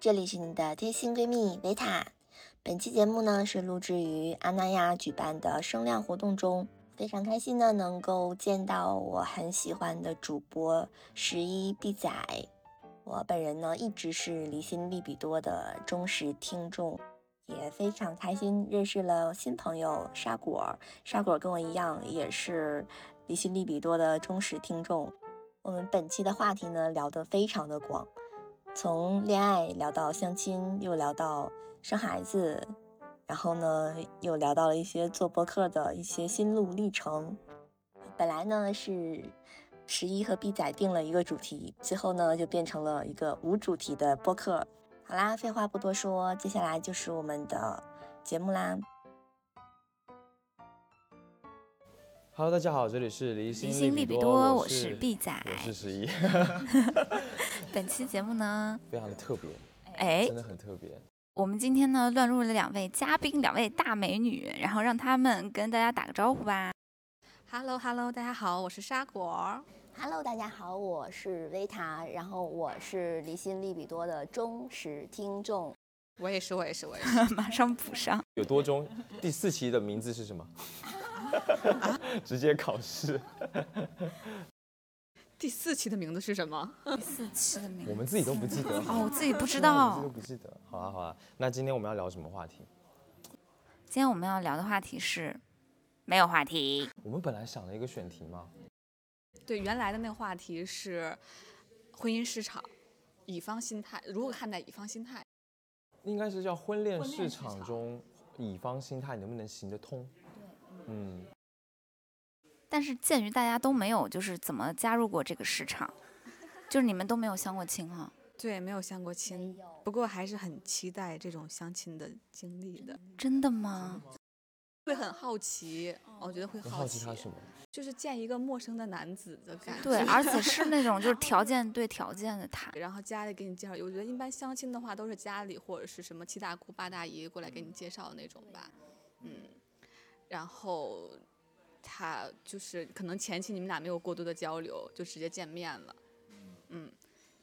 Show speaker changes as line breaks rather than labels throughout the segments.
这里是你的贴心闺蜜维塔。本期节目呢是录制于阿那亚举办的声量活动中，非常开心呢能够见到我很喜欢的主播十一 B 仔。我本人呢一直是离心利比多的忠实听众，也非常开心认识了新朋友沙果儿。沙果儿跟我一样也是离心利比多的忠实听众。我们本期的话题呢聊得非常的广，从恋爱聊到相亲，又聊到生孩子，然后呢又聊到了一些做播客的一些心路历程。本来呢是十一和 B 仔定了一个主题，最后呢就变成了一个无主题的播客。好啦，废话不多说，接下来就是我们的节目啦。
Hello，大家好，这里是离心
离心
利
利
比
比多，
我
我是 B 仔。
我是十一，
本期节目呢，
非常的特别，
哎
真，的很特别。
我们今天呢乱入了两位嘉宾，两位大美女，然后让他们跟大家打个招呼吧。
h e l l o h e l l o 大家好，我是沙果儿。
Hello，大家好，我是维塔，然后我是离心利比多的忠实听众。
我也是，我也是，我也 是。
马上补上，
有多中，第四期的名字是什么？ 直接考试，
第四期的名字是什么？
第四期的名
我们自己都不记得。
哦，我自己不
我们自
知
己都
道。
不记得。好啊，好啊。那今天我们要聊什么话题？
今天我们要聊的话题是没有话题，
我们本来想了一个选题嘛，
对，原来的那个话题是婚姻市场，乙方心态如何看待乙方心态？
应该是叫婚恋市
婚恋
场
市场
中乙方心态能不能行得通？嗯，
但是鉴于大家都没有就是怎么加入过这个市场，就是你们都没有相过亲啊哈、
对，没有相过亲，不过还是很期待这种相亲的经历的，
真的吗？
会很好奇。我觉得会
你嗯好奇
奇，
他什么？
就是见一个陌生的男子的感 觉。
对， 而且是那种就是条件对条件的谈。
然后家里给你介绍，我觉得一般相亲的话都是家里或者是什么七大姑八大姨过来给你介绍的那种吧，嗯，然后他就是可能前期你们俩没有过多的交流，就直接见面了，嗯，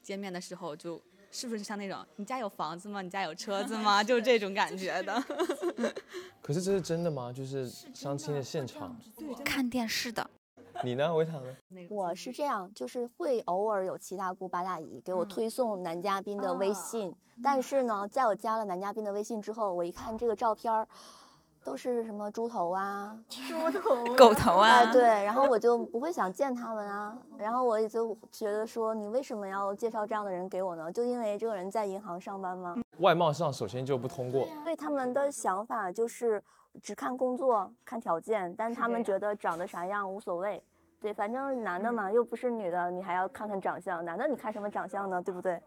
见面的时候就是不是像那种你家有房子吗？你家有车子吗？就是这种感觉的，
可是这是真的吗？就是相亲的现场，
看电视的，
你呢？维塔呢？
我是这样，就是会偶尔有七大姑八大姨
嗯
给我推送男嘉宾的
啊
微信，但是呢，在我加了男嘉宾的微信之后，我一看这个照片儿，都是什么猪头啊，
狗头
哎
啊，
对，然后我就不会想见他们啊，然后我也就觉得说，你为什么要介绍这样的人给我呢？就因为这个人在银行上班吗？
外貌上首先就不通过，
对啊他们的想法就是只看工作、看条件，但他们觉得长得啥样无所谓。对，反正男的
嗯
嘛，又不是女的，你还要看看长相。男的你看什么长相呢？对不对？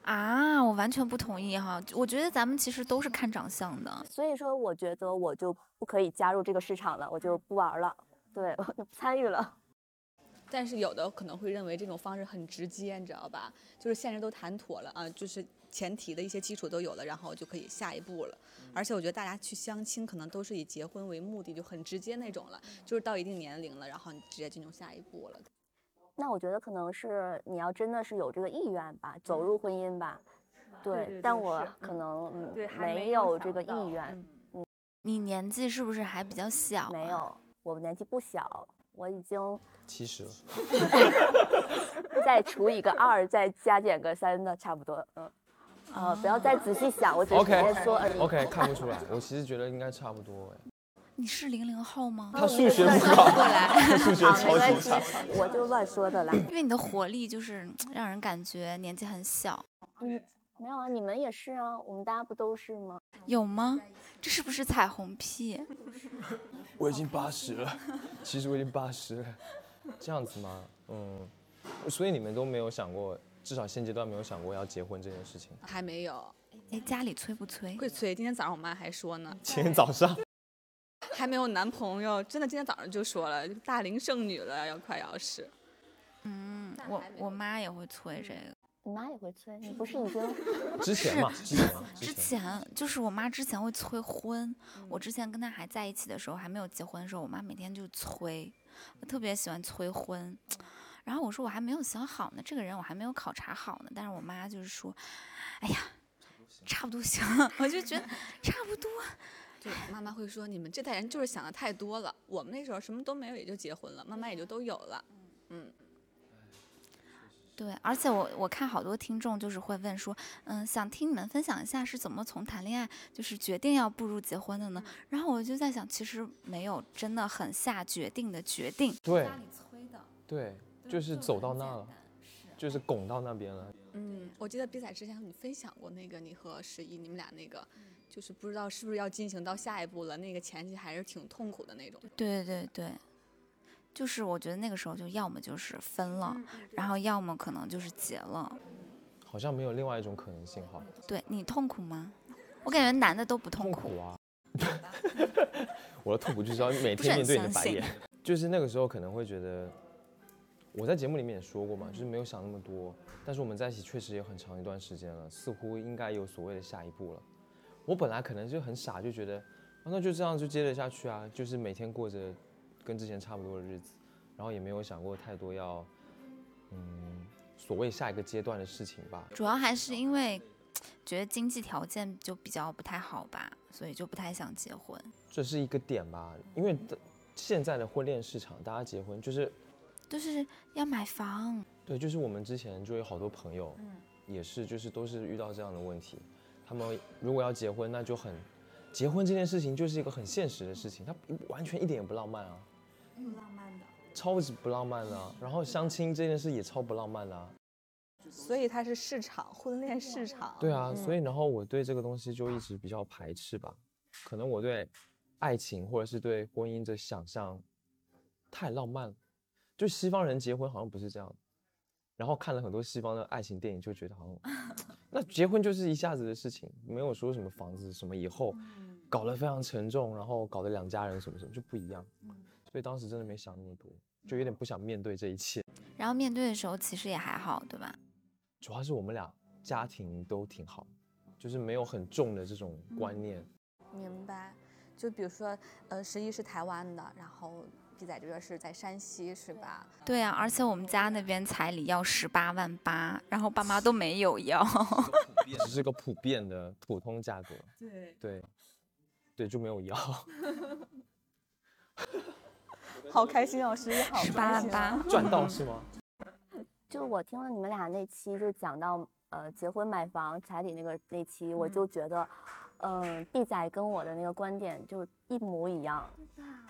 啊，我完全不同意哈！我觉得咱们其实都是看长相的，
所以说，我觉得我就不可以加入这个市场了，我就不玩了，对， 我就不参与了。
但是有的可能会认为这种方式很直接，你知道吧？就是现实都谈妥了啊，就是前提的一些基础都有了，然后就可以下一步了。
嗯
而且我觉得大家去相亲可能都是以结婚为目的，就很直接那种了，
嗯
就是到一定年龄了，然后你直接进入下一步了。
那我觉得可能是你要真的是有这个意愿吧，走入婚姻吧。对，
对
但
对
我
是
可能嗯
对还
没
没有
有这
想
个
到嗯
意愿，
你年纪是不是还比较小、啊？
没，有，我年纪不小，我已经
其实了。
再除一个二，再加减个三的，差不多。嗯，呃，不要再仔细想，我只是直
OK
接说哎而已。
OK，看不出来，我其实觉得应该差不多哎。
你是零零后吗？
他数学不好，他数学
好，没
超
关
级嗯
系
差。，
我就乱说的啦。
因为你的活力就是让人感觉年纪很小，
没有啊，你们也是啊，我们大家不都是吗？
有吗？这是不是彩虹屁？
我已经八十了，其实我已经八十了，这样子吗？嗯，所以你们都没有想过，至少现阶段没有想过要结婚这件事情。
嗯
还没有，
哎，家里催不催？
会催。今天早上我妈还说呢，
嗯
今天早 上
还没有男朋友，真的今天早上就说了，大龄剩女了，要快要是。
嗯，我我妈也会催这个。
你妈也会催，你不是已经
之前嘛，之前嘛，
之
之前。嗯
前就是我妈之前会催婚，我之前跟她还在一起的时候，还没有结婚的时候，我妈每天就催，我特别喜欢催婚。
嗯
然后我说我还没有想好呢，这个人我还没有考察好呢，但是我妈就是说，哎呀，差不多行，我就 觉得差不多。
对，妈妈会说你们这代人就是想的太多了，我们那时候什么都没有，也就结婚了，慢慢也就都有了。嗯，
对，而且我我看好多听众就是会问说，嗯，想听你们分享一下是怎么从谈恋爱就是决定要步入结婚的呢？
嗯
然后我就在想，其实没有真的很下决定的决定，
对
家里催的，
对，就是走到那了，，就是拱到那边了。
嗯，我记得比仔之前你分享过那个你和十一你们俩那个，
嗯
就是不知道是不是要进行到下一步了，那个前期还是挺痛苦的那种。
对对对，就是我觉得那个时候就要么就是分了，然后要么可能就是结了。
好像没有另外一种可能性哈，
对你痛苦吗？我感觉男的都不痛
痛
苦，
苦啊！ 我的痛苦就是要每
不是
天面
很
对你的
相
白
信
眼， 就是那个时候可能会觉得，我在节目里面也说过嘛，就是没有想那么多，但是我们在一起确实也很长一段时间了，似乎应该有所谓的下一步了。我本来可能就很傻，就觉得、啊那就这样就接着下去啊，就是每天过着跟之前差不多的日子，然后也没有想过太多要，嗯，所谓下一个阶段的事情吧。
主要还是因为觉得经济条件就比较不太好吧，所以就不太想结婚。
这是一个点吧，因为的现在的婚恋市场，大家结婚就是
就是要买房，
对，就是我们之前就有好多朋友，也是就是都是遇到这样的问题，他们如果要结婚，那就很，结婚这件事情就是一个很现实的事情，它不完全一点也不浪漫啊，不浪漫的，超级不浪漫的啊、然后相亲这件事也超不浪漫的、啊，
所以它是市场，婚恋市场。
对啊，所以然后我对这个东西就一直比较排斥吧，可能我对爱情或者是对婚姻的想象太浪漫了，就西方人结婚好像不是这样的，然后看了很多西方的爱情电影，就觉得好像那结婚就是一下子的事情，没有说什么房子什么以后，搞得非常沉重，然后搞得两家人什么什么就不一样，所以当时真的没想那么多，就有点不想面对这一切，
然后面对的时候其实也还好，对吧？
主要是我们俩家庭都挺好，就是没有很重的这种观念。
明白。就比如说，呃，十一是台湾的，然后毕仔这边是在山西，是吧？
对啊，而且我们家那边彩礼要十八万八，然后爸妈都没有要。
只是个普遍的普通价格。对对对，就没有要，
好开心哦，十一好
十八
开
万
心
八
啊。，
赚到是吗？
就我听了你们俩那期，就讲到呃结婚买房彩礼那个那期，我就觉得，嗯、弟仔跟我的那个观点就一模一样。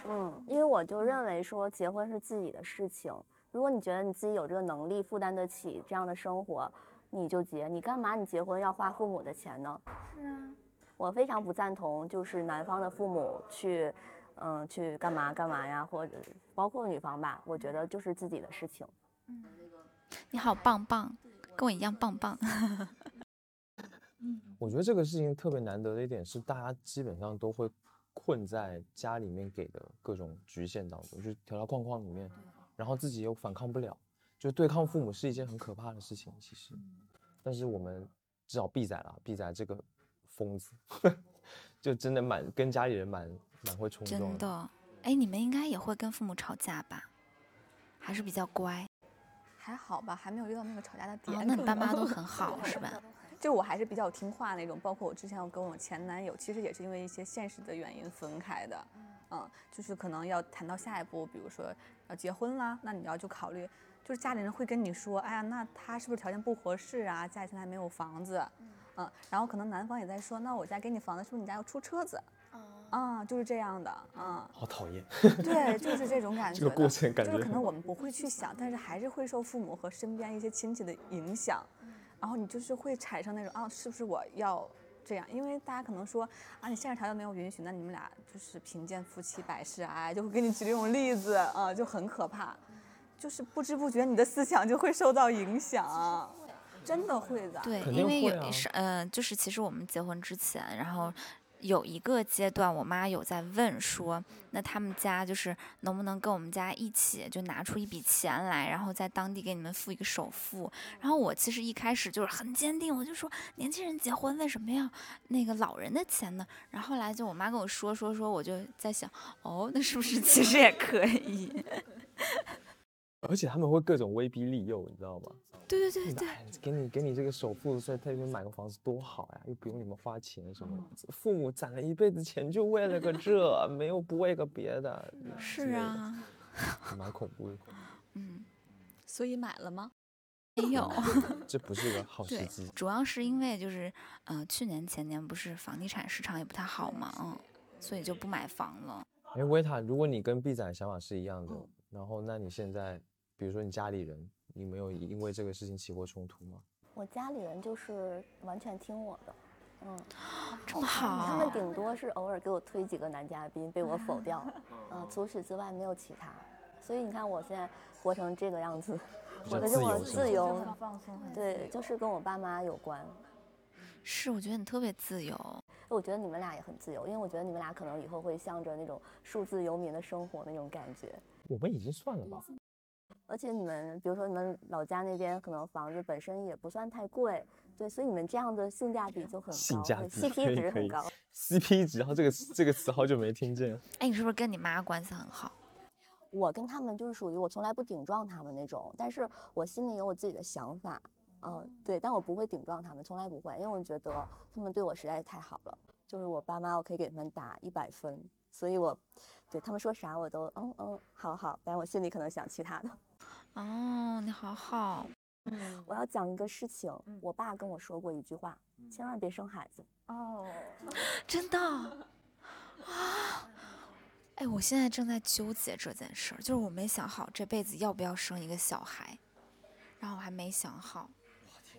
嗯，因为我就认为说结婚是自己的事情，如果你觉得你自己有这个能力负担得起这样的生活，你就结，你干嘛你结婚要花父母的钱呢？是啊，我非常不赞同，就是男方的父母去。嗯，去干嘛干嘛呀，或者包括女方吧，我觉得就是自己的事情。
你好棒棒，跟我一样棒棒。
我觉得这个事情特别难得的一点是，大家基本上都会困在家里面给的各种局限当中，就是条条框框里面，然后自己又反抗不了，就对抗父母是一件很可怕的事情，其实。但是我们至少避仔了，避仔这个疯子， 就真的蛮跟家里人蛮蛮会冲
真
撞的。、
的，哎，你们应该也会跟父母吵架吧？还是比较乖。
还好吧，还没有遇到那个吵架的点。
哦，那你爸
可能
妈都很好是吧？
就我还是比较听话那种，包括我之前我跟我前男友，其实也是因为一些现实的原因分开的，嗯，就是可能要谈到下一步，比如说要结婚啦，那你要就考虑，就是家里人会跟你说，哎呀，那他是不是条件不合适啊？家里现在没有房子，嗯，然后可能男方也在说，那我家给你房子，是不是你家要出车子？啊、就是这样的，啊
好讨厌，
对，就是这种感觉
这
的。
个过程感
就是
觉
可能我们不会去想，但是还是会受父母和身边一些亲戚的影响，然后你就是会产生那种啊，是不是我要这样？因为大家可能说啊，你现实条件没有允许，那你们俩就是贫贱夫妻百事哀，就会给你举这种例子啊，就很可怕，就是不知不觉你的思想就会受到影响，真的会的。
对，
肯定
因为
会
有
啊
是呃，就是其实我们结婚之前，然后有一个阶段，我妈有在问说，那他们家就是能不能跟我们家一起就拿出一笔钱来，然后在当地给你们付一个首付。然后我其实一开始就是很坚定，我就说年轻人结婚为什么要那个老人的钱呢？然后后来就我妈跟我说说说，我就在想，哦，那是不是 其实也可以？
而且他们会各种威逼利诱，你知道吗？
对对对
你
对
买，哎给你给你这个首付，在那边买个房子多好呀，又不用你们花钱什么的。
嗯
父母攒了一辈子钱就为了个这，没有不为个别的。之
是
类的，
啊，
蛮恐怖的。
嗯，
所以买了吗？
没 有。
嗯这不是个好时
对
机，。
主要是因为就是，呃，去年前年不是房地产市场也不太好嘛，嗯，所以就不买房了。
哎，维塔，如果你跟 B 仔想法是一样的，
嗯
然后那你现在，比如说你家里人，你没有因为这个事情起过冲突吗？
我家里人就是完全听我的，嗯，
这么
啊
他们
哦好，
顶多是偶尔给我推几个男嘉宾，被我否 掉，嗯，除此之外没有其他。所以你看我现在活成这个样子，
比较
我可是
自
我
由是
自
吗？
由，
放松，很自
对，
由
就是跟我爸妈有关。
是我觉得你特别自由，
我觉得你们俩也很自由，因为我觉得你们俩可能以后会向着那种数字游民的生活那种感觉。
我们已经算了吧，
而且你们，比如说你们老家那边可能房子本身也不算太贵，对，所以你们这样的性价比就很高，
性价
对
比
CP 值
可以
很高。
CP 值，然后这个这个词好久没听见了。
哎，你是不是跟你妈关系很好？
我跟他们就是属于我从来不顶撞他们那种，但是我心里有我自己的想法，嗯，对，但我不会顶撞他们，从来不会，因为我觉得他们对我实在是太好了，就是我爸妈，我可以给他们打一百分，所以我对他们说啥我都嗯嗯好好，但我心里可能想其他的。
哦，你好好，
我要讲一个事情，我爸跟我说过一句话，千万别生孩子。
哦，
真的啊！哎，我现在正在纠结这件事儿，就是我没想好这辈子要不要生一个小孩，然后我还没想好。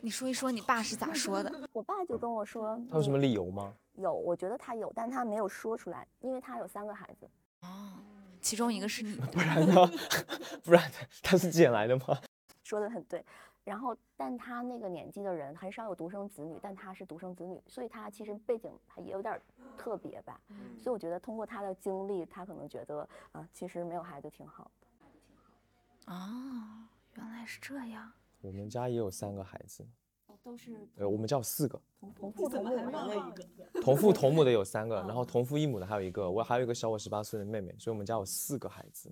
你说一说你爸是咋说的？
我爸就跟我说，
他有什么
嗯
理由吗？
有，我觉得他有，但他没有说出来，因为他有三个孩子。
哦，其中一个是你的，
不然呢？ 不然他他是捡来的吗？
说的很对。然后，但他那个年纪的人很少有独生子女，但他是独生子女，所以他其实背景还也有点儿特别吧。所以我觉得通过他的经历，他可能觉得啊，其实没有孩子挺好的。
哦，原来是这样。
我们家也有三个孩子，
哦都是
呃，我们家有 四个，
同父同母的那一个。
同父同母的有三个，
嗯
然后同父异母的还有一个，我还有一个小我十八岁的妹妹，所以我们家有四个孩子。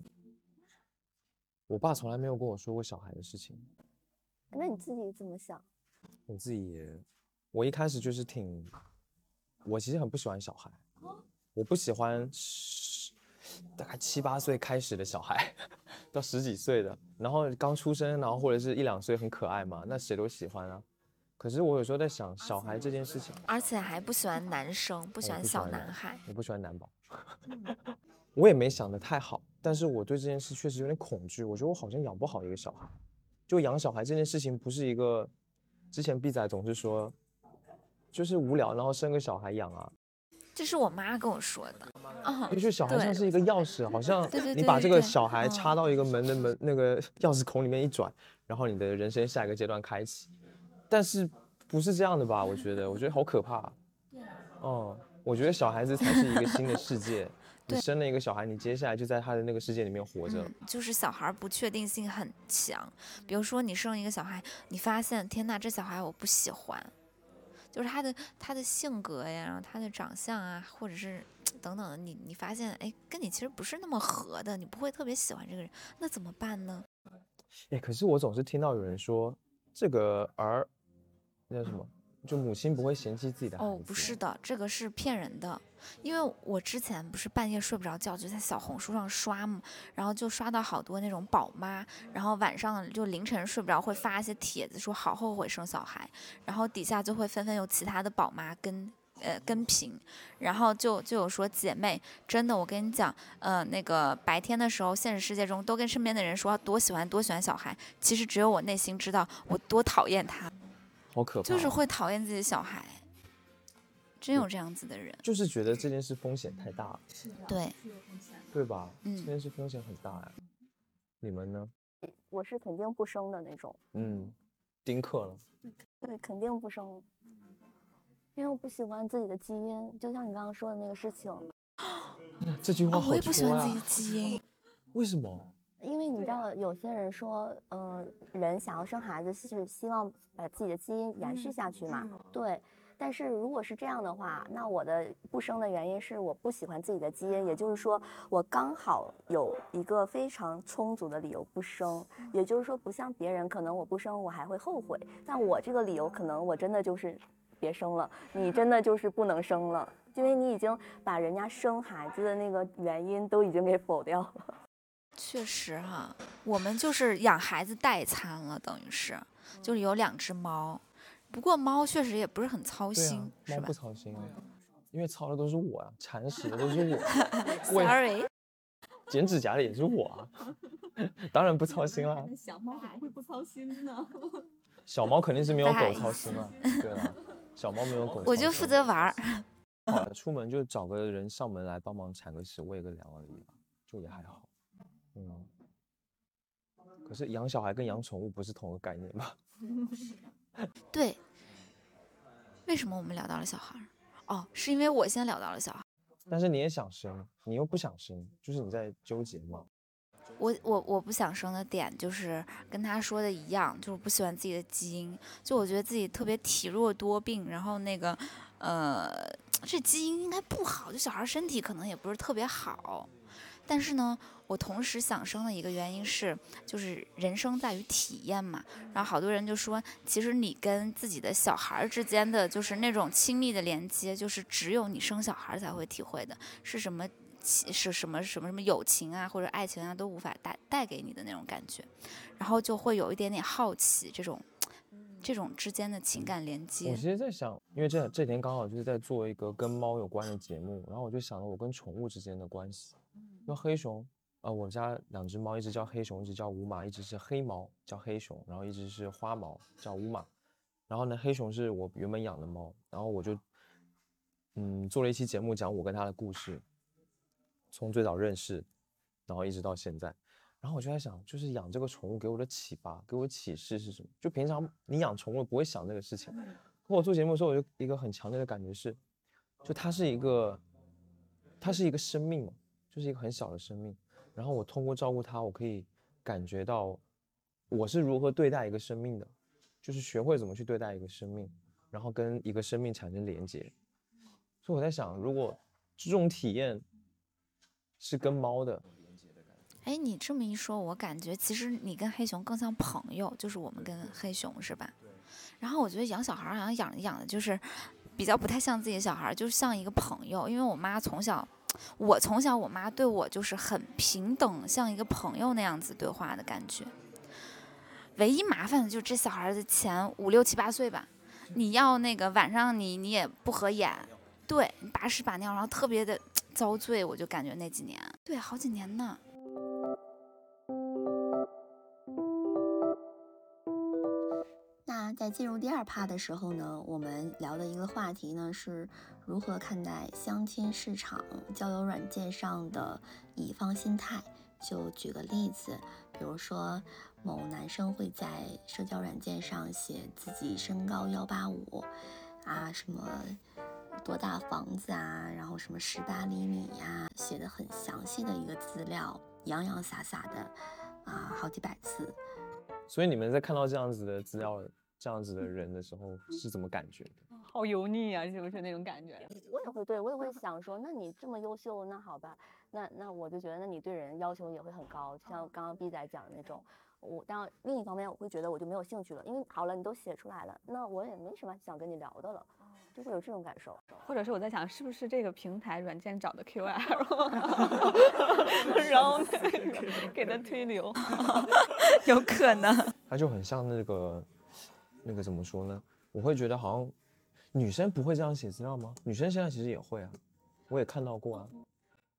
我爸从来没有跟我说过小孩的事情，
那你自己怎么想？
我自己也，我一开始就是挺，我其实很不喜欢小孩，我不喜欢十大概七八岁开始的小孩，到十几岁的，然后刚出生，然后或者是一两岁很可爱嘛，那谁都喜欢啊。可是我有时候在想小孩这件事情，
而且还不喜欢男生，不喜
我
欢
哦不喜
小
欢
男
男
孩。
我不喜欢男宝， 我也没想的太好，但是我对这件事确实有点恐惧，我觉得我好像养不好一个小孩，就养小孩这件事情不是一个，之前 B 仔总是说，就是无聊，然后生个小孩养啊，
这是我妈跟我说的。哦
也，许小孩像是一个钥 匙，好像
对对
你
对
把
对
这个
对
小孩
嗯
插到一个门的门那个钥匙孔里面一转，然后你的人生下一个阶段开启，但是不是这样的吧？我觉得，我觉得好可怕、
啊
哦、我觉得小孩子才是一个新的世 界。你生了一个小孩，你接下来就在他的那个世界里面活着。
嗯，就是小孩儿不确定性很强。比如说你生一个小孩，你发现天呐，这小孩我不喜欢，就是他的他的性格呀，然后他的长相啊，或者是等等的，你你发现哎，跟你其实不是那么合的，你不会特别喜欢这个人，那怎么办呢？
哎、可是我总是听到有人说，这个儿那叫什么？就母亲不会嫌弃自己的孩子。
哦，不是的，这个是骗人的，因为我之前不是半夜睡不着觉，就在小红书上刷嘛，然后就刷到好多那种宝妈，然后晚上就凌晨睡不着会发一些帖子说好后悔生小孩，然后底下就会纷纷有其他的宝妈跟。呃，跟评，然后就就有说姐妹，真的，我跟你讲，呃，那个白天的时候，现实世界中都跟身边的人说多喜欢多喜欢小孩，其实只有我内心知道我多讨厌他，
好可怕、啊
就是，会讨厌自己的小孩，真有这样子的人。
就是觉得这件事风险太大了，
对，
对吧？
嗯
这件事风险很大呀、你们呢？
我是肯定不生的那种，
嗯，丁克了。
对，肯定不生，因为我不喜欢自己的基因，就像你刚刚说的那个事情。
这句话
啊，
好、
我也不喜欢自己的。基因。
为什么？
因为你知道，有些人说，呃嗯、人想要生孩子是希望把自己的基因延续下去嘛。对，但是如果是这样的话，那我的不生的原因是我不喜欢自己的基因，也就是说，我刚好有一个非常充足的理由不生，也就是说，不像别人，可能我不生我还会后悔，但我这个理由可能我真的就是别生了，你真的就是不能生了，因为你已经把人家生孩子的那个原因都已经给否掉了。
确实哈、我们就是养孩子代餐了，等于是，就是有两只猫，不过猫确实也不是很操
对
心
啊，，
是
猫
吧
不操心啊，因为操的都是我啊，铲屎的都是我啊， 喂
？Sorry，
剪指甲的也是我啊，当然不操心啦。
小猫怎么会不操心呢？
小猫肯定是没有
不
狗
太
操
好意
心 了，对啊，小猫没有狗。
我就负责。玩儿。
好了，出门就找个人上门来帮忙铲个屎、喂个粮而已吧，就也还好。嗯。可是养小孩跟养宠物不是同一个概念吧？
对，为什么我们聊到了小孩儿？哦，是因为我先聊到了小孩儿。
但是你也想生，你又不想生，就是你在纠结嘛。
我我我不想生的点就是跟他说的一样，就是不喜欢自己的基因，就我觉得自己特别体弱多病，然后那个，呃，这基因应该不好，就小孩身体可能也不是特别好。但是呢，我同时想生的一个原因是，就是人生在于体验嘛。然后好多人就说，其实你跟自己的小孩儿之间的，就是那种亲密的连接，就是只有你生小孩儿才会体会的，是什么其是什么什么什么友情啊或者爱情啊都无法带带给你的那种感觉，然后就会有一点点好奇这种这种之间的情感连
我
接
其。实在想，因为这这天刚好就是在做一个跟猫有关的节目，然后我就想了我跟宠物之间的关系。那黑熊，呃，我家两只猫，一只叫黑熊，一只叫五马，一只是黑毛叫黑熊，然后一只是花毛叫五马。然后呢，黑熊是我原本养的猫，然后我就，嗯，做了一期节目讲我跟它的故事，从最早认识，然后一直到现在。然后我就在想，就是养这个宠物给我的启发，给我启示是什么？就平常你养宠物不会想这个事情，跟我做节目的时候，我就一个很强烈的感觉是，就它是一个，它是一个生命嘛，就是一个很小的生命。然后我通过照顾它，我可以感觉到我是如何对待一个生命的，就是学会怎么去对待一个生命，然后跟一个生命产生连接。所以我在想，如果这种体验是跟猫的，
哎，你这么一说，我感觉其实你跟黑熊更像朋友，就是我们跟黑熊是吧？然后我觉得养小孩儿好像养着养的就是比较不太像自己的小孩儿，就像一个朋友，因为我妈从小。我从小，我妈对我就是很平等，像一个朋友那样子对话的感觉。唯一麻烦的就是这小孩儿的前五六七八岁吧，你要那个晚上你你也不合眼，对，你把屎把尿，然后特别的遭罪，我就感觉那几年，对，好几年呢。
那在进入第二趴的时候呢，我们聊的一个话题呢是如何看待相亲市场交友软件上的乙方心态。就举个例子，比如说某男生会在社交软件上写自己身高幺八五，啊什么多大房子啊，然后什么十八厘米呀、写的很详细的一个资料，洋洋洒洒的啊好几百字。
所以你们在看到这样子的资料、这样子的人的时候，是怎么感觉的？
好油腻啊，是不是那种感觉？
我也会对我也会想说，那你这么优秀，那好吧，那那我就觉得，那你对人要求也会很高，就
哦
像刚刚 B 仔讲的那种。我但另一方面，我会觉得我就没有兴趣了，因为好了，你都写出来了，那我也没什么想跟你聊的了，
哦
就会有这种感受。
或者是我在想，是不是这个平台软件找的 QR，然后那个 给他推流。
有可
嗯
能。
它就很像那个那个怎么说呢？我会觉得好像女生不会这样写资料吗？女生现在其实也会啊，我也看到过啊。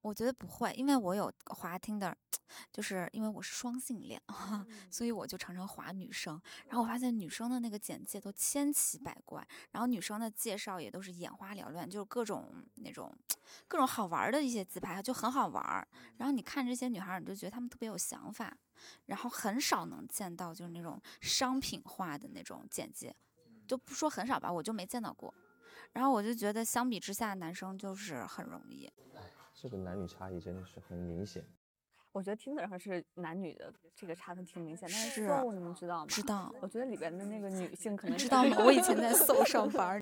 我觉得不会，因为我有滑 Tinder，就是因为我是双性恋， 所以我就常常滑女生。然后我发现女生的那个简介都千奇百怪，然后女生的介绍也都是眼花缭乱，就是各种那种各种好玩儿的一些自拍，就很好玩儿。然后你看这些女孩儿，你就觉得她们特别有想法，然后很少能见到就是那种商品化的那种简介，就不说很少吧，我就没见到过。然后我就觉得相比之下，男生就是很容易。
这个男女差异真的是很明显。
我觉得 Tinder 上是男女的这个差分挺明显，但
是
是 Soul 你们知道吗？
知道，
我觉得里边的那个女性可能
知
是
道吗？我以前在搜上班儿，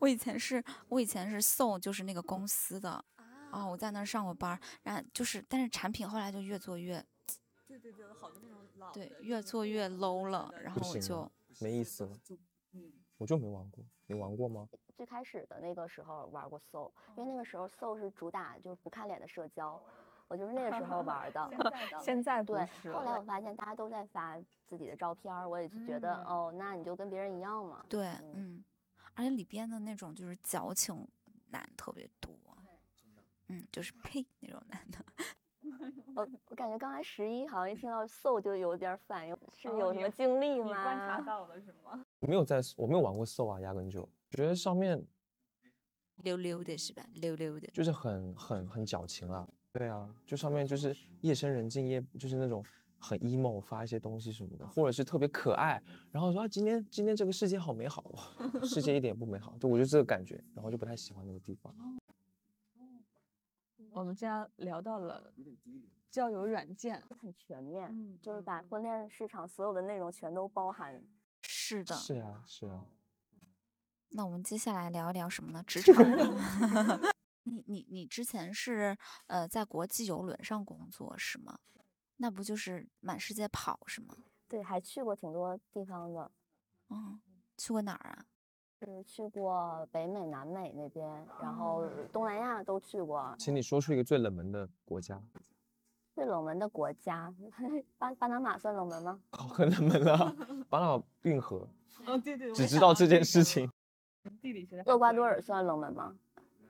我以前是，我以前是 SO，就是那个公司的，哦，我在那儿上过班儿，然后就是，但是产品后来就越做越
对对对，好多那种老
对，越做越 low 了，然后
不
我
行
就
了，没意思了。我就没玩过，你玩过吗？
最开始的那个时候玩过 Soul，因为
哦
那个时候 Soul 是主打就是不看脸的社交，我就是那个时候玩的。
现在不
对，
是
后来
了
我发现大家都在发自己的照片儿，我也就觉得、
嗯
哦，那你就跟别人一样嘛。
对，
嗯
嗯，而且里边的那种就是矫情男特别多，嗯，就是呸那种男的，
我我感觉刚才十一好像一听到 Soul 就有点反应，是
哦
有什
你
么经历
你观察
吗？
到了是吗？
我没有在，我没有玩过 s o 啊，压根就我觉得上面
溜溜的是吧？溜溜的，
就是很很很矫情啦。对啊，就上面就是夜深人静，夜就是那种很 emo 发一些东西什么的，或者是特别可爱，然后说啊今天今天这个世界好美好，哇世界一点也不美好，就我就这个感觉，然后就不太喜欢那个地方。
我们这样聊到了交友软件，
很全面，
嗯
就是把婚恋市场所有的内容全都包含。
是的。
是啊，是啊，
那我们接下来聊一聊什么呢？职 场。 你你你之前是呃在国际游轮上工作是吗？那不就是满世界跑是吗？
对，还去过挺多地方的，
嗯，去过哪儿啊？
是去过北美、南美那边，然后
哦
东南亚都去过。
请你说出一个最冷门的国家，
最冷门的国家，巴巴拿马算冷门吗？
好，很冷门 啊，巴拿马运河，
哦对对，我
只
也
知
想
道
到
这
这
件事情，
个地理学的
厄瓜多尔算冷门吗？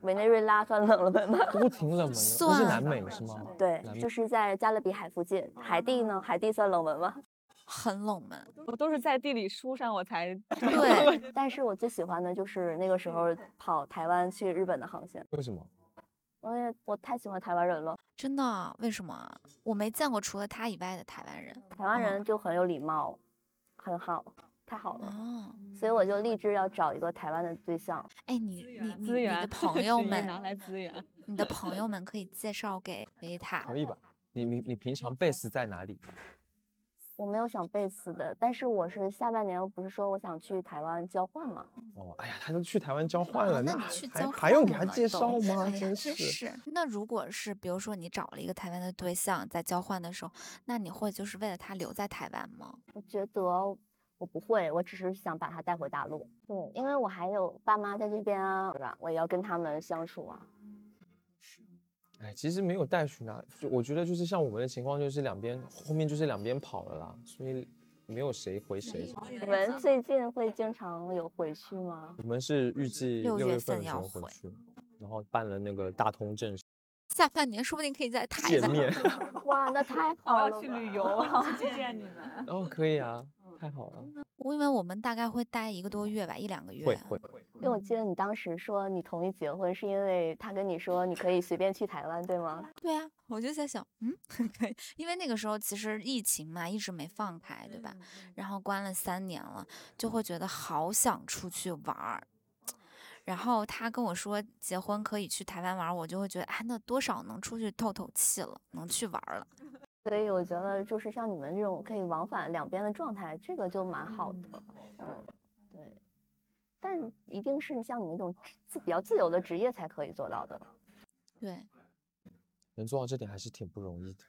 委内瑞拉算冷门吗？
都挺冷门的，都是
算
南美是吗？
对
南，
就
美
是在加勒比海附近。海地
哦
呢？海地算冷门吗？
很冷门，
我都是在地理书上我才
对，
但是我最喜欢的就是那个时候跑台湾去日本的航线，
为什么？
因为我太喜欢台湾人了。
真的啊？为什么啊？我没见过除了他以外的台湾人。
台湾
嗯
人就很有礼貌，很好，太好了。
哦，
嗯
所以我就立志要找一个台湾的对象。
哎，你
资
你
源
你
资
你
源 啊
的朋友
是一
们，
拿来资源，
你的朋友们可以介绍给维塔。
可以吧？你你你平
嗯
常 base 在哪里？
我没有想背刺的，但是我是下半年不是说我想去台湾交换嘛？
哦，哎呀，他都去台湾交换
哦
了，
那你
还
去
还
交
还用
换
给他
了
介
都
绍吗？
哎呀
啊真
是
是。
那如果是比如说你找了一个台湾的对象在交换的时候，那你会就是为了他留在台湾吗？
我觉得我不会，我只是想把他带回大陆。对，因为我还有爸妈在这边啊，对吧？我也要跟他们相处啊。
哎，其实没有带去哪，就我觉得就是像我们的情况，就是两边后面就是两边跑了啦，所以没有谁回谁。
哎
你们最近会经常有回去吗？
我们是预计
六
六
月
月份
份
的时
要
候回
回
去，然后办了那个大通 证书
下半年说不定可以在台
见
湾。
面，
哇，那太
我
好
要
了
去
吧！
旅游，啊 我要去见你们。
然后可以啊，太好 了，
我以为我们大概会待一个多月吧，一两个月。啊
会会。
因为我记得你当时说你同意结婚，是因为他跟你说你可以随便去台湾，对吗？
对啊，我就在想，嗯， 可以，因为那个时候其实疫情嘛，一直没放开，对
嗯
吧？然后关了三年了，就会觉得好想出去玩儿。然后他跟我说结婚可以去台湾玩儿，我就会觉得，哎，那多少能出去透透气了，能去玩儿了。
所以我觉得就是像你们这种可以往返两边的状态，这个就蛮好的。嗯，对。但一定是像你们这种自比较自由的职业才可以做到的。
对，
能做到这点还是挺不容易的。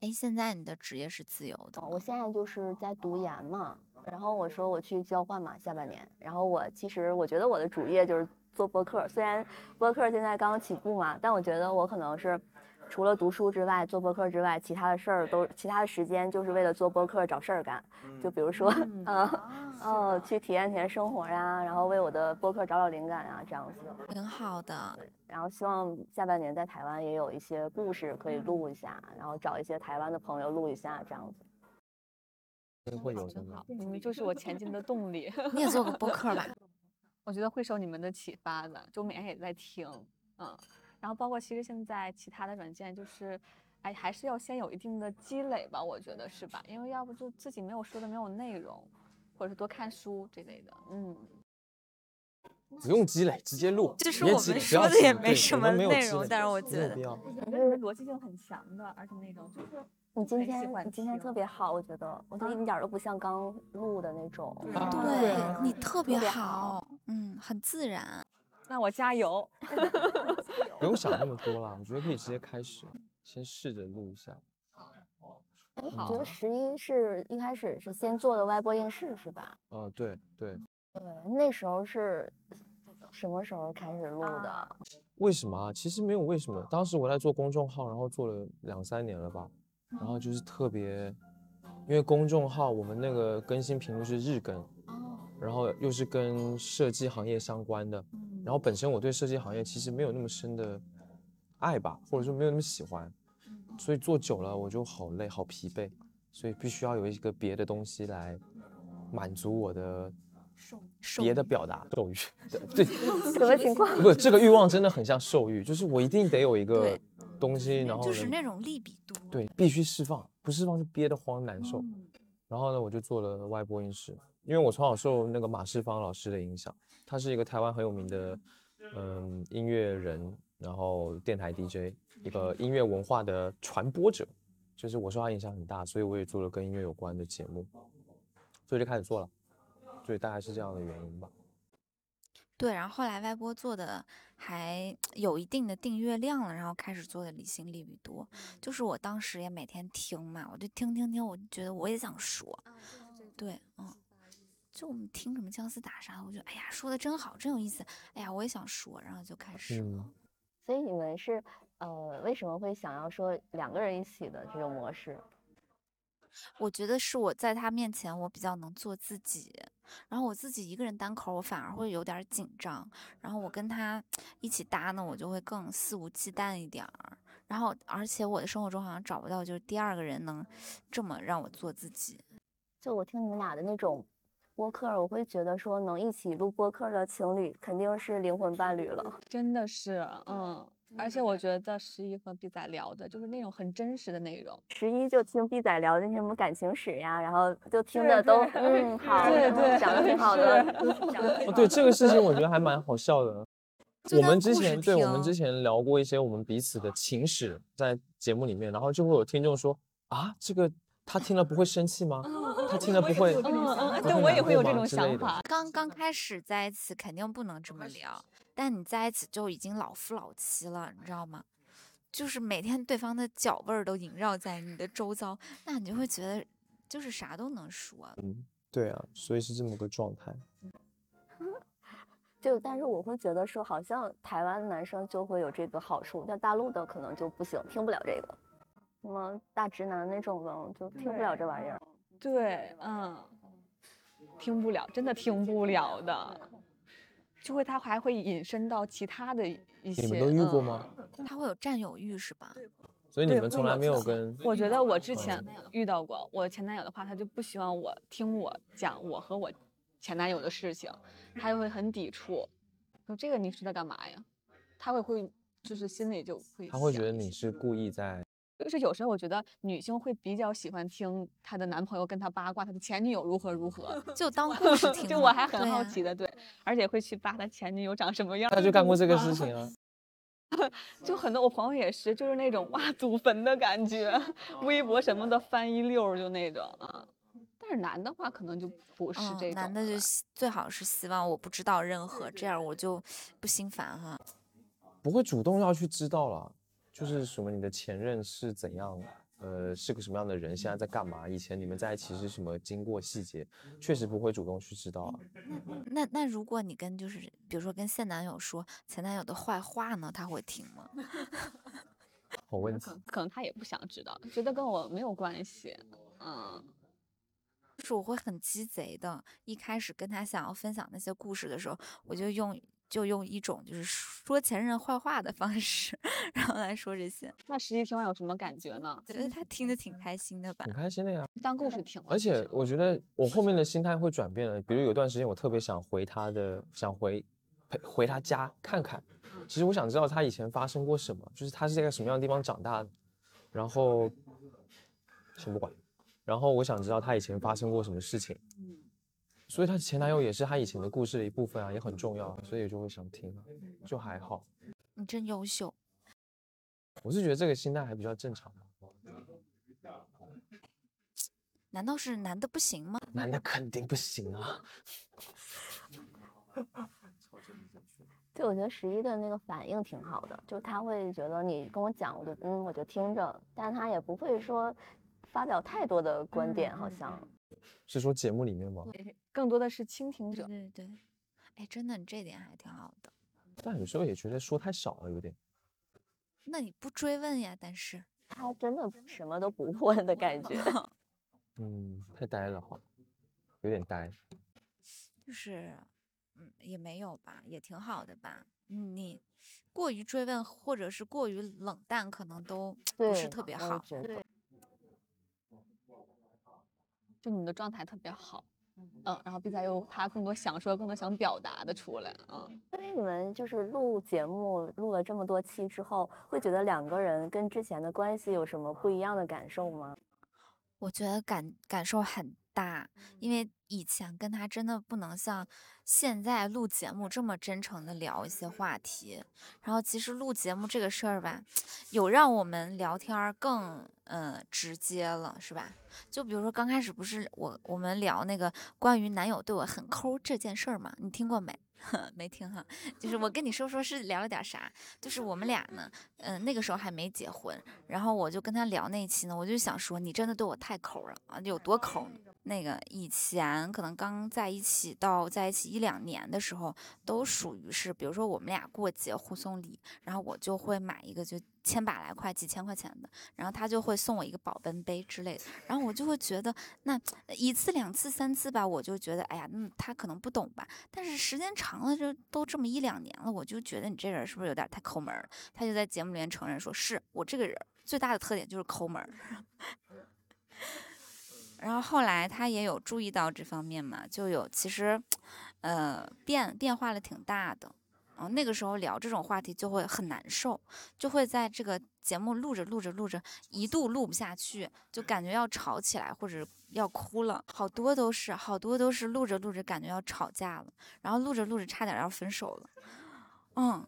哎，现在你的职业是自由的
哦
吗，
我现在就是在读研嘛，然后我说我去交换嘛，下半年。然后我其实我觉得我的主业就是做播客，虽然播客现在刚刚起步嘛，但我觉得我可能是除了读书之外，做播客之外，其他的事儿都其他的时间就是为了做播客找事儿干。就比如说，嗯， 呃，去体验体验生活呀，然后为我的播客找找灵感啊，这样子。
挺好的。
然后希望下半年在台湾也有一些故事可以录一下，然后找一些台湾的朋友录一下，这样子。
真会有真的，
你们就是我前进的动力，
你也做个播客吧，
我觉得会受你们的启发的，就每天也在听，嗯，然后包括其实现在其他的软件就是，哎，还是要先有一定的积累吧，我觉得是吧？因为要不就自己没有说的没有内容，或者是多看书这类的，嗯，
不用积累，直接录。
就是
别
我
急
们
不要
说的也
急
没
对
什
我们
么
没有
内
积
容
累
但是我
没
觉
有
得
嗯
必要
你们逻辑性很强的，而且那种就是
你今
很喜
天
欢
你今天特
听
别好，我觉得，我觉得你一点儿都不像刚录的那种。
啊
对
对
你特别
别
好，嗯，很自然。
那我加油。
不用想那么多啦，我觉得可以直接开始，先试着录一下。
哎，我
好
觉得十一是一开始是先做的歪播应试是吧？
呃，对对，
对，那时候是什么时候开始录的？
为什么啊？其实没有为什么，当时我在做公众号，然后做了两三年了吧，然后就是特别，因为公众号我们那个更新频率是日更，
哦
然后又是跟设计行业相关的，
嗯
然后本身我对设计行业其实没有那么深的爱吧，或者说没有那么喜欢，
嗯
所以做久了我就好累好疲惫，所以必须要有一个别的东西来满足我的
手
别的表达斗鱼，对，
什么情况？
不，这个欲望真的很像兽欲，就是我一定得有一个
对
东西，然后
就是
呢
那种利比多。
对必须释放，不释放就憋得慌难受。
嗯
然后呢，我就做了外播音室，因为我从小受那个马世芳老师的影响，他是一个台湾很有名的嗯音乐人，然后电台 DJ，一个音乐文化的传播者，就是我受他影响很大，所以我也做了跟音乐有关的节目，所以就开始做了，所以大概是这样的原因吧。
对，然后后来外播做的还有一定的订阅量了，然后开始做的理性利比多，就是我当时也每天听嘛，我就听听听，我就觉得我也想说，
啊
对，嗯，就我们听什么姜思达啥的，我就哎呀说的真好，真有意思，哎呀我也想说，然后就开始
嗯
了。
所以你们是呃，为什么会想要说两个人一起的这种模式？
我觉得是我在他面前我比较能做自己，然后我自己一个人单口儿我反而会有点儿紧张，然后我跟他一起搭呢，我就会更肆无忌惮一点儿。然后而且我的生活中好像找不到就是第二个人能这么让我做自己。
就我听你们俩的那种播客儿，我会觉得说能一起录播客儿的情侣肯定是灵魂伴侣了。
真的是，嗯，而且我觉得十一和 B 仔聊的就是那种很真实的内容，
十一就听 B 仔聊那些什么感情史呀，然后就听
对
的都
对
嗯好，
对对
讲的挺好的，嗯讲
哎
得挺
哦，
好
对
的
这个事情，我觉得还蛮好笑的。
就
我
当
们之
故事
前对我们之
听
前聊过一些我们彼此的情史，在节目里面，然后就会有听众说啊，这个他听了不会生气
啊
吗？他听了不会，
嗯嗯，
不
对
会
我
难
也会有
过
这
吗
种
之类
想
的
法，
刚刚开始在一起肯定不能这么聊，但你在一起就已经老夫老妻了，你知道吗？就是每天对方的脚味儿都萦绕在你的周遭，那你就会觉得就是啥都能说。
嗯
对啊，所以是这么个状态。
就但是我会觉得说，好像台湾的男生就会有这个好处，但大陆的可能就不行，听不了这个，什么大直男那种的，我就听不了这玩意儿。
对，嗯，听不了，真的听不了的，就会他还会引申到其他的一些，
你们都遇过
嗯
吗？
他会有占有欲是吧？
所以你
对
们
会
从来
有
没
这
有
种
跟嗯
我觉得我之
吗
前遇到过，我前男友的话，他就不希望我听我讲我和我前男友的事情，他就会很抵触，说这个你知道干嘛呀？他会会就是心里就会
他会觉
想
得
一
你
些，
是故意
嗯
在
就是有时候我觉得女性会比较喜欢听她的男朋友跟她八卦她的前女友如何如何，
就当故事听嘛。
就我还很
对
好
啊
奇的，对，而且会去扒她前女友长什么样，
他就干过这个事，情啊。
就很多我朋友也是，就是那种挖祖坟的感觉，微博什么
哦
的翻一溜儿就那种啊。但是男的话可能就不是
嗯
这种了吧、
男的就希最好是希望我不知道任何，这样我就不心烦哈、
不会主动要去知道了，就是什么你的前任是怎样，呃，是个什么样的人，现在在干嘛，以前你们在一起是什么经过细节，确实不会主动去知道啊。
嗯
那那如果你跟就是比如说跟现男友说前男友的坏话呢，他会听吗？
好问题
可，能可能他也不想知道，觉得跟我没有关系。嗯，
就是我会很鸡贼的，一开始跟他想要分享那些故事的时候，我就用就用一种就是说前任坏话的方式，然后来说这些，
那实际听完有什么感觉呢？
觉得他听着挺开心的吧
很。开心的呀。
当故事听了
而
其
且
实
我觉得我后面的心态会转变了，比如有段时间我特别想回他的，想回陪回他家看看。其实我想知道他以前发生过什么，就是他是在一个什么样的地方长大的，然后先不管，然后我想知道他以前发生过什么事情。所以她前男友也是她以前的故事的一部分啊，也很重要，所以就会想听，啊就还好。
你真优秀，
我是觉得这个心态还比较正常吧。
难道是男的不行吗？
男的肯定不行啊。
对，我觉得十一的那个反应挺好的，就他会觉得你跟我讲，我就嗯，我就听着，但他也不会说发表太多的观点，
嗯
好像。
是说节目里面
嗯
吗？
更多的是倾听者。
对对，哎，真的，你这点还挺好的。
但有时候也觉得说太少了，有点。
那你不追问呀？但是，
他真的什么都不 问的感觉。
嗯，太呆了哈，有点呆。
就是，嗯，也没有吧，也挺好的吧。嗯，你过于追问或者是过于冷淡，可能都
对，
不是特别
我也
好。
觉得
就你们的状态特别好，嗯，然后毕仔又他更多想说、更多想表达的出来，嗯，
因为你们就是录节目录了这么多期之后，会觉得两个人跟之前的关系有什么不一样的感受吗？
我觉得感感受很大，因为以前跟他真的不能像现在录节目这么真诚的聊一些话题。然后其实录节目这个事儿吧，有让我们聊天儿更呃直接了，是吧？就比如说刚开始不是我我们聊那个关于男友对我很抠这件事儿嘛，你听过没？ 没听哈，就是我跟你说说是聊了点啥，就是我们俩呢，嗯、那个时候还没结婚，然后我就跟他聊那一期呢，我就想说你真的对我太抠了啊，有多抠呢？那个以前可能刚在一起到在一起一两年的时候，都属于是，比如说我们俩过节互送礼，然后我就会买一个就千把来块、几千块钱的，然后他就会送我一个保温杯之类的，然后我就会觉得那一次、两次、三次吧，我就觉得哎呀，嗯，他可能不懂吧，但是时间长了就都这么一两年了，我就觉得你这人是不是有点太抠门儿了？他就在节目里面承认说，是我这个人最大的特点就是抠门儿。 然后后来他也有注意到这方面嘛，就有其实，呃，变变化了挺大的。然后那个时候聊这种话题就会很难受，就会在这个节目录着录着录着，一度录不下去，就感觉要吵起来或者要哭了。好多都是，好多都是录着录着感觉要吵架了，然后录着录着差点要分手了。嗯，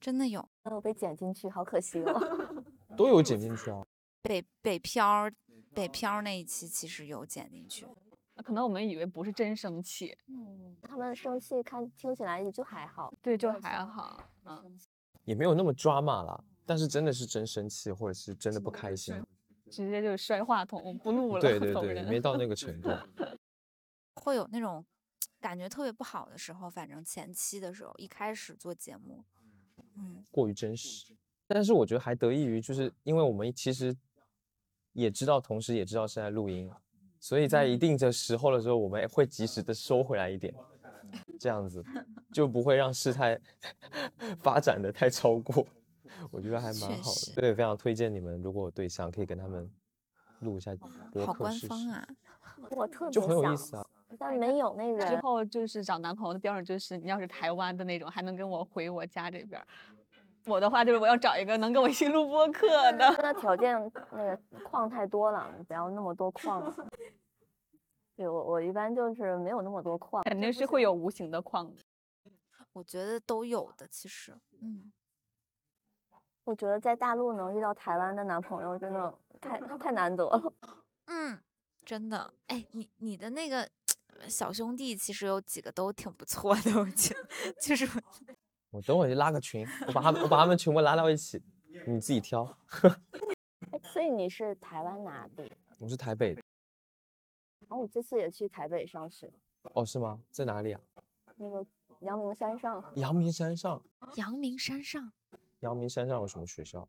真的有。
没哦有被剪进去，好可惜哦。
都有剪进去啊。
北北漂儿北漂儿那一期其实有剪进去，
可能我们以为不是真生气，
嗯，他们生气看听起来也就还好。
对，就还好，嗯，
也没有那么抓马啦，但是真的是真生气，或者是真的不开心。
直接就摔话筒，不录了，
对 对
走
对，
人
没到那个程度。
会有那种感觉特别不好的时候。反正前期的时候，一开始做节目，嗯，
过于真实。但是我觉得还得益于，就是因为我们其实也知道，同时也知道是在录音，啊所以
嗯
在一定的时候的时候，我们会及时的收回来一点，这样 子就不会让事态 发展的太超过。我觉得还蛮
确
好
实
的，对，非常推荐你们，如果有对象，可以跟他们录一下播
好
客
官
试试，
方啊，
我特别
就很有意
想
思啊。
但没 有那
之
人，
后就是找男朋友的标准就是，你要是台湾的那种，还能跟我回我家这边儿。我的话就是我要找一个能跟我一起录播客 的。
真的条件那个矿太多了，不要那么多矿 了。对我，我一般就是没有那么多矿。
肯定是会有无形的框的，
我觉得都有的。其实，嗯，
我觉得在大陆能遇到台湾的男朋友，真的太太难得 了。
嗯，真的，哎，你你的那个小兄弟其实有几个都挺不错的，我觉得就是我
我等会儿就拉个群，我把他们我把他们全部拉到一起，你自己挑。
哎所以你是台湾哪里？
我是台北的，
然后我这次也去台北上学，
哦，是吗？在哪里啊？
那个阳明山上。
阳明山上。
阳明山上，
阳明山上有什么学 校？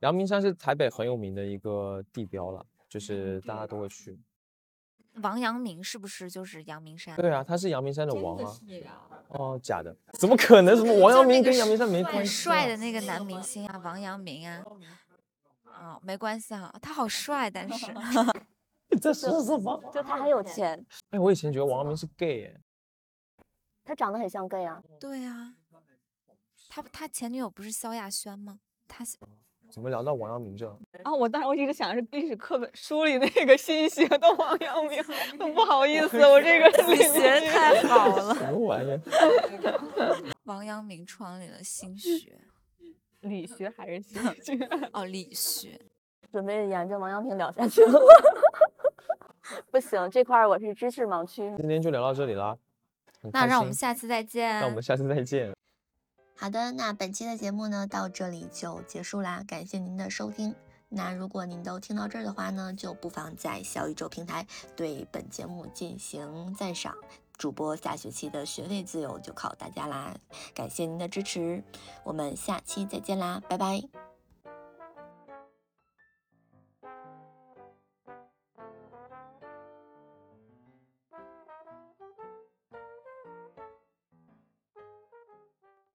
阳明山是台北很有名的一个地标了，就是大家都会去。
王阳明是不是就是阳明山？
对啊，他是阳明山的王啊。
是呀，
哦，假的？怎么可能？什么王
就
阳
那
明
个
跟阳明山没
很
关系？
帅的那个男明星啊，王阳明啊。哦，没关系啊，他好帅，但是
你在说什么？
就他很有钱，
哎，我以前觉得王阳明是 gay 哎，
他长得很像 gay 啊。
对啊，他他前女友不是萧亚轩吗？他
怎么聊到王阳明这了？
然后啊我当时我一直想的是历史课本书里那个新学的王阳明，都不好意思，我这个
学太好了，
什么玩意儿？
王阳明创立了新学，
理学还是新学，
哦，理学，
准备沿着王阳平聊下去了。
不行，这块儿我是知识盲区。
今天就聊到这里啦，很
那
开
让我们
心
下次再见。
那我们下次再见。
好的，那本期的节目呢到这里就结束啦，感谢您的收听。那如果您都听到这儿的话呢，就不妨在小宇宙平台对本节目进行赞赏。主播下学期的学费自由就靠大家啦，感谢您的支持，我们下期再见啦，拜拜。